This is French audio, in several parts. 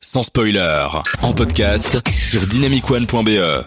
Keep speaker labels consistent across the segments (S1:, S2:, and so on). S1: sans spoiler, en podcast sur dynamicone.be.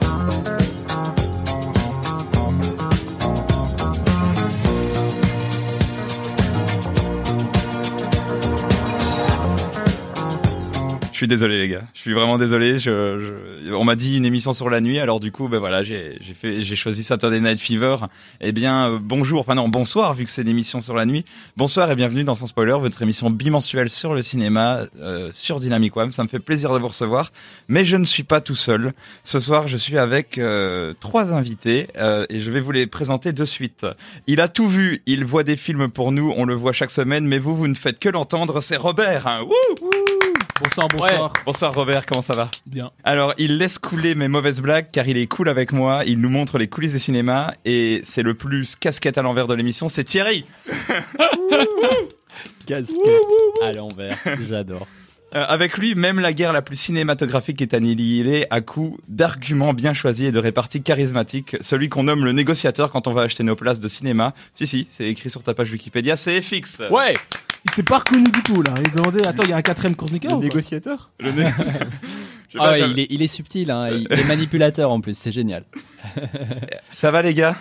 S2: Je suis désolé les gars, je suis vraiment désolé. Je, je- On m'a dit une émission sur la nuit, alors du coup, ben voilà, j'ai j'ai fait, j'ai choisi Saturday Night Fever. Eh bien, euh, bonjour, enfin non, bonsoir, vu que c'est une émission sur la nuit. Bonsoir et bienvenue dans Sans Spoiler, votre émission bimensuelle sur le cinéma, euh, sur Dynamic One. Ça me fait plaisir de vous recevoir, mais je ne suis pas tout seul. Ce soir, je suis avec euh, trois invités euh, et je vais vous les présenter de suite. Il a tout vu, il voit des films pour nous, on le voit chaque semaine, mais vous, vous ne faites que l'entendre. C'est Robert. hein. Wouh
S3: Bonsoir, bonsoir.
S2: Bonsoir Robert, comment ça va
S3: Bien.
S2: Alors, il laisse couler mes mauvaises blagues car il est cool avec moi, il nous montre les coulisses des cinémas et c'est le plus casquette à l'envers de l'émission, c'est Thierry.
S4: Casquette à l'envers, j'adore.
S2: Euh, avec lui, même la guerre la plus cinématographique est annihilée à coup d'arguments bien choisis et de réparties charismatiques. Celui qu'on nomme le négociateur quand on va acheter nos places de cinéma. Si, si, c'est écrit sur ta page Wikipédia, c'est FX.
S3: Ouais Il s'est pas reconnu du tout là. Il demandait, attends, il y a un quatrième Kournikov ou quoi
S4: négociateur
S2: Le né- Je sais
S4: Ah
S2: pas
S4: ouais,
S2: comme-
S4: il est, il est subtil, hein, il il est manipulateur en plus, c'est génial.
S2: Ça va les gars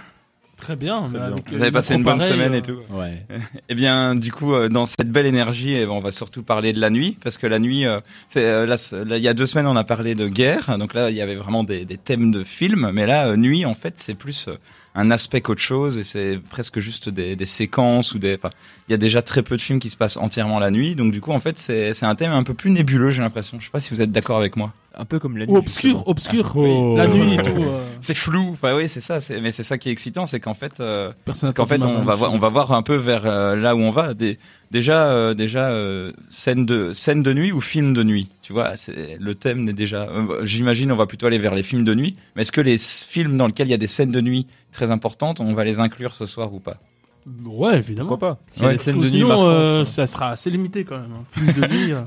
S3: Très bien. mais
S4: bien.
S3: avec,
S2: Vous
S3: euh,
S2: avez
S3: le
S2: passé une
S3: micro
S2: bonne
S3: pareil,
S2: semaine
S3: euh,
S2: et tout
S4: Ouais.
S2: Eh bien, du coup, euh, dans cette belle énergie, eh ben, on va surtout parler de la nuit, parce que la nuit, euh, c'est euh, là, c'est- là, il y a deux semaines, on a parlé de guerre, donc là, il y avait vraiment des, des thèmes de films, mais là, euh, nuit, en fait, c'est plus euh, un aspect qu'autre chose, et c'est presque juste des, des séquences ou des. Enfin, il y a déjà très peu de films qui se passent entièrement la nuit, donc du coup, en fait, c'est c'est un thème un peu plus nébuleux, j'ai l'impression. Je sais pas si vous êtes d'accord avec moi.
S5: Un peu comme la nuit.
S3: Ou obscur, obscur. La nuit et tout. euh,
S2: C'est flou. Enfin, Bah oui, c'est ça. c'est- Mais c'est ça qui est excitant, c'est qu'en fait. euh,
S3: personne
S2: Parce qu'en fait,
S3: n'attend
S2: on va,
S3: ma même
S2: voir, on
S3: chose.
S2: va voir un peu vers euh, là où on va. Des- déjà, euh, déjà euh, scène de scène de nuit ou film de nuit. Tu vois, c'est- le thème n'est déjà. euh, J'imagine, on va plutôt aller vers les films de nuit. Mais est-ce que les s- films dans lesquels il y a des scènes de nuit très importantes, on va les inclure ce soir ou pas
S3: Euh, Ouais, évidemment.
S5: Pourquoi pas
S3: Ouais, parce que sinon, euh, ça sera assez limité quand même. hein. Film de nuit, euh,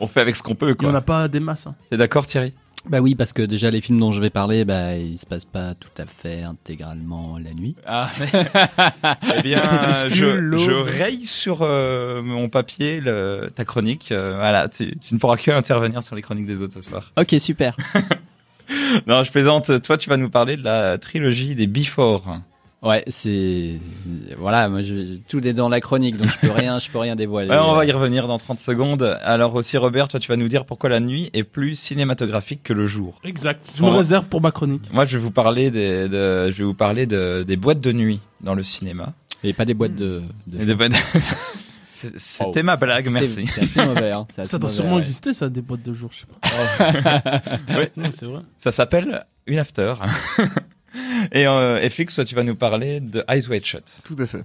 S2: On fait avec ce qu'on peut,
S3: il n'y en
S2: quoi.
S3: a pas des masses. hein.
S2: T'es d'accord, Thierry
S4: Bah oui, parce que déjà les films dont je vais parler, bah ils se passent pas tout à fait intégralement la nuit.
S2: Ah. eh bien, je, je raye sur euh, mon papier le- ta chronique. Euh, voilà, tu, tu ne pourras que intervenir sur les chroniques des autres ce soir.
S4: Ok, super.
S2: Non, je plaisante. Toi, tu vas nous parler de la trilogie des Before.
S4: Ouais, c'est voilà, moi je... tout est dans la chronique, donc je peux rien, je peux rien dévoiler.
S2: Ouais, Euh, on va y revenir dans 30 secondes. Alors aussi, Robert, toi, tu vas nous dire pourquoi la nuit est plus cinématographique que le jour.
S3: Exact. Je
S2: On
S3: me
S2: va-
S3: réserve pour ma chronique.
S2: Moi, je vais vous parler des, de- je vais vous parler de- des boîtes de nuit dans le cinéma.
S4: Et pas des boîtes de. de-
S2: Et des boîtes- C'est- C'était
S4: Oh.
S2: ma blague,
S4: C'était-
S2: merci.
S4: C'est assez mauvais. Hein.
S2: Ah,
S4: c'est assez
S3: Ça doit
S4: mauvais,
S3: sûrement
S4: ouais.
S3: exister, ça, des boîtes de jour, je sais pas.
S2: Ouais.
S3: Non, c'est vrai.
S2: Ça s'appelle une after. Et, euh, et Fix, toi, tu vas nous parler de Eyes Wide Shut.
S5: Tout à fait.